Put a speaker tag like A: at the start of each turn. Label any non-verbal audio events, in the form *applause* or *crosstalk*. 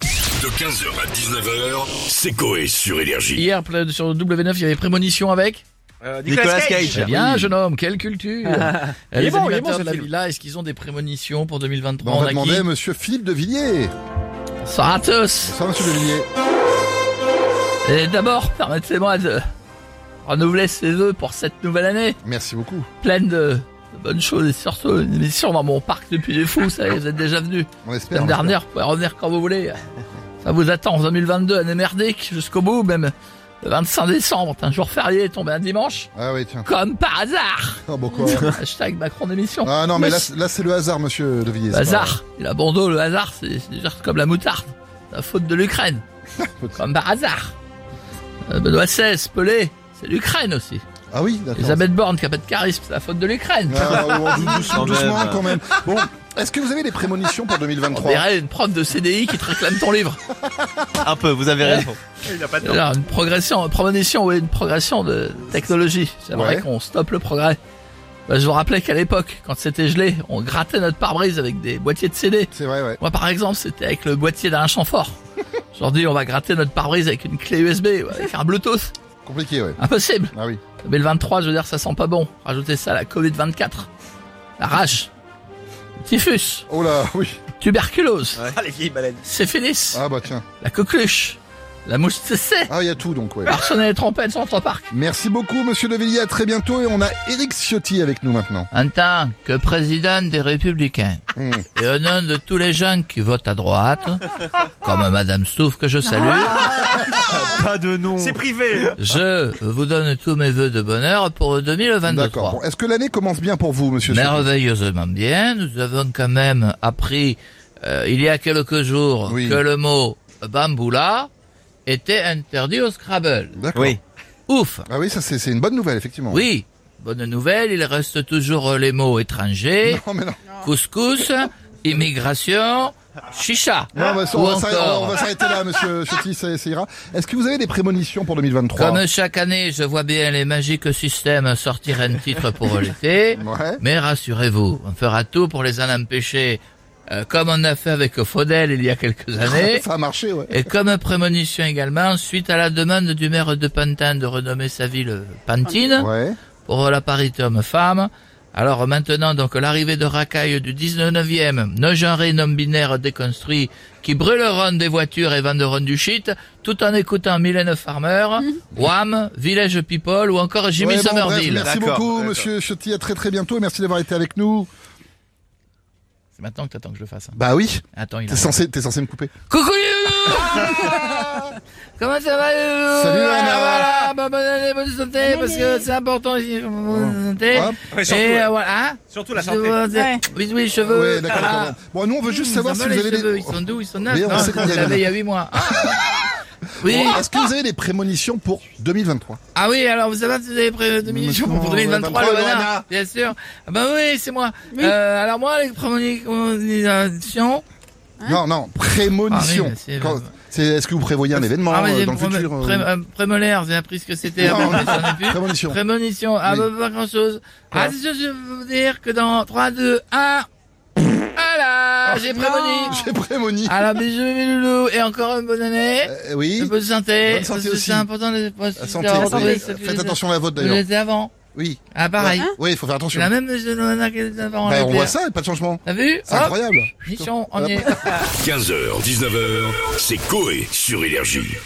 A: De 15h à 19h, c'est Coé sur Énergie.
B: Hier, plein de- sur W9, il y avait Prémonition avec
C: Euh, Nicolas, Cage.
B: Très bien, jeune homme, quelle culture
C: Ah
B: Euh,
C: Il est
B: Les
C: bon, il est
B: animateurs
C: bon, Bah,
B: de la
C: celui-là.
B: villa, est-ce qu'ils ont des prémonitions pour 2023
D: Bon, on va
B: a
D: demander à
B: qui
D: monsieur Philippe de Villiers.
B: Ça à tous
D: Ça, monsieur de Villiers.
B: Et d'abord, permettez-moi de renouveler ses vœux pour cette nouvelle année,
D: Merci beaucoup.
B: pleine de, de bonnes choses et surtout une émission dans mon parc depuis les fous, ça y est, vous êtes déjà
C: *laughs*
B: venus.
D: On
B: L'année
D: espère. on espère.
B: dernière, vous pouvez revenir quand vous voulez. Ça vous attend en 2022, année merdique, jusqu'au bout, même le 25 décembre, un jour férié tombé un dimanche,
D: Ah oui,
B: *laughs*
D: tiens.
B: comme par hasard
C: *laughs*
D: Ah, bon, quoi.
B: Hashtag Macron d'émission.
D: Ah non, mais là,
B: c'est
D: là c'est le hasard, monsieur de Villiers.
B: le
D: c'est pas
B: hasard. Il a bon dos, le hasard, c'est c'est déjà comme la moutarde. La faute de
D: *laughs*
B: l'Ukraine. comme par hasard. Euh, Benoît XVI, Pelé, c'est l'Ukraine aussi.
D: vrai. Ah oui, d'accord.
B: Elisabeth Borne qui a pas de charisme, c'est la faute de l'Ukraine.
D: Ah, ouais, ouais, ouais,
C: *laughs*
D: doucement,
C: Quand
D: doucement,
C: même.
D: quand même. Bon, est-ce que vous avez des prémonitions pour
B: On
D: 2023
B: dirait une prof de CDI qui te réclame ton
D: *laughs*
B: livre.
C: Un peu, vous avez raison.
B: Alors, une progression, une progression, oui, une progression de technologie. C'est vrai
D: Ouais.
B: qu'on stoppe le progrès. Bah, je vous rappelais qu'à l'époque, quand c'était gelé, on grattait notre pare-brise avec des boîtiers de CD.
D: C'est vrai, ouais.
B: Moi, par exemple, c'était avec le boîtier d'un chamfort. Aujourd'hui, on va gratter notre pare-brise avec une clé USB, ouais, avec un Bluetooth.
D: Compliqué, ouais.
B: Impossible.
D: Ah oui.
B: 2023, je veux dire, ça sent pas bon. Rajoutez ça à la Covid-24. La rage. Typhus.
D: Oh là, oui.
B: Tuberculose.
C: Ah, les vieilles baleines.
B: Syphilis.
D: Ah bah tiens.
B: La coqueluche. La mouche CC.
D: Ah, il y a tout donc, ouais.
B: Personne et les trompettes sont en parc.
D: Merci beaucoup, monsieur de Villiers. À très bientôt. Et on a Eric Ciotti avec nous maintenant.
B: En tant que président des Républicains
D: Hmm.
B: et au nom de tous les jeunes qui votent à droite, comme Madame Stouff que je salue,
C: Pas de nom.
E: C'est privé.
B: je vous donne tous mes vœux de bonheur pour 2023.
D: D'accord. Bon, est-ce que l'année commence bien pour vous, monsieur Ciotti
B: merveilleusement bien. Nous avons quand même appris euh, il y a quelques jours
D: Oui.
B: que le mot bamboula était interdit au Scrabble.
D: D'accord.
C: Oui.
B: Ouf.
D: Ah oui, ça c'est c'est une bonne nouvelle, effectivement.
B: Oui. Bonne nouvelle, il reste toujours euh, les mots étrangers,
D: *laughs* Non, mais non.
B: couscous, immigration, chicha.
D: Non, bah, ça, on,
B: Ou
D: va s'arrêter-
B: encore.
D: on va s'arrêter
B: *laughs*
D: là, monsieur Ciotti, ça, ça ira. Est-ce que vous avez des prémonitions pour 2023
B: Comme chaque année, je vois bien les magiques systèmes sortir un titre pour l'été.
D: Ouais.
B: Mais rassurez-vous, on fera tout pour les en empêcher, euh, comme on a fait avec Faudel il y a quelques
D: *laughs*
B: années.
D: Ça a marché, ouais.
B: Et comme prémonition également, suite à la demande du maire de Pantin de renommer sa ville Pantine
D: Ouais.
B: pour la parité homme-femme, alors maintenant donc l'arrivée de racailles du 19e, non genrés, non binaires déconstruits, qui brûleront des voitures et vendront du shit, tout en écoutant Mylène Farmer, Wham, Village People ou encore Jimmy
D: Mhm. Ouais, bon, bref,
B: Somerville.
D: merci
C: D'accord,
D: beaucoup,
C: d'accord.
D: monsieur Ciotti. À très très bientôt et merci d'avoir été avec nous.
B: C'est maintenant que t'attends que je le fasse. hein.
D: Bah oui.
B: Attends, il
D: T'es
B: a...
D: censé, t'es censé me couper. *laughs*
B: Coucou Youlou Comment ça va Youlou
D: Salut,
B: Voilà,
D: Anna.
B: voilà, bah, bonne année, bonne santé, parce que c'est important ici, bonne santé.
D: Hop.
E: Ouais, surtout,
B: Et
E: ouais.
B: euh, voilà, hein
E: Surtout la
B: Je
E: santé.
B: vous- Oui, oui, cheveux.
D: Ouais, d'accord.
B: Ah.
D: d'accord. Bon, nous on veut juste
B: Mmh,
D: savoir
B: ça
D: si
B: va,
D: vous
B: les
D: avez
B: cheveux,
D: des. Oh,
B: Ils sont doux, ils sont neufs.
D: Mais on
B: Non,
D: sait
B: je
D: qu'on les
B: les
D: a
B: avais
D: mis.
B: il y a 8 mois.
D: *laughs*
B: Ah. Oui.
D: Bon, Est-ce que vous avez des prémonitions pour 2023
B: Ah oui, alors vous savez, vous avez pré- deux minutes
D: Maintenant,
B: pour 2023, le
D: 23,
B: bonheur,
D: Loana.
B: bien sûr. Ah bah oui, c'est moi. Euh, alors moi, les prémonitions...
D: Non, non, prémonition.
B: Hein Ah oui, mais c'est-
D: Quand- c'est- Est-ce que vous prévoyez un événement
B: Ah, mais
D: euh,
B: j'ai
D: dans le
B: pré-
D: futur euh,
B: pré- euh, Prémolaire, j'ai appris ce que c'était.
D: Non,
B: avant,
D: non.
B: mais j'en ai plus.
D: Prémonition.
B: Prémonition, ah
D: Oui.
B: bah, pas grand chose.
D: Quoi
B: Ah, c'est sûr, je vais vous dire que dans 3, 2, 1... Ah là, j'ai
D: *laughs*
B: prémoni.
D: *laughs* J'ai prémoni.
B: Alors bisous mes loulous et encore une bonne année.
D: Euh,
B: Et
D: oui.
B: bonne santé.
D: Bonne santé
B: parce que
D: aussi.
B: C'est important de de-
D: La
B: de-
D: santé.
B: de- de-
D: oui.
B: de- de-
D: Faites attention à la vôtre
B: de- de-
D: d'ailleurs.
B: de- avant.
D: Oui.
B: Ah, pareil.
D: Oui, il faut faire
B: C'est
D: attention.
B: la même chose de Noana que les avant.
D: Bah,
B: la
D: on
B: paire.
D: voit ça, pas de changement.
B: T'as vu
D: C'est incroyable.
B: Mission, on y est.
A: 15h, 19h, c'est Coé sur Énergie.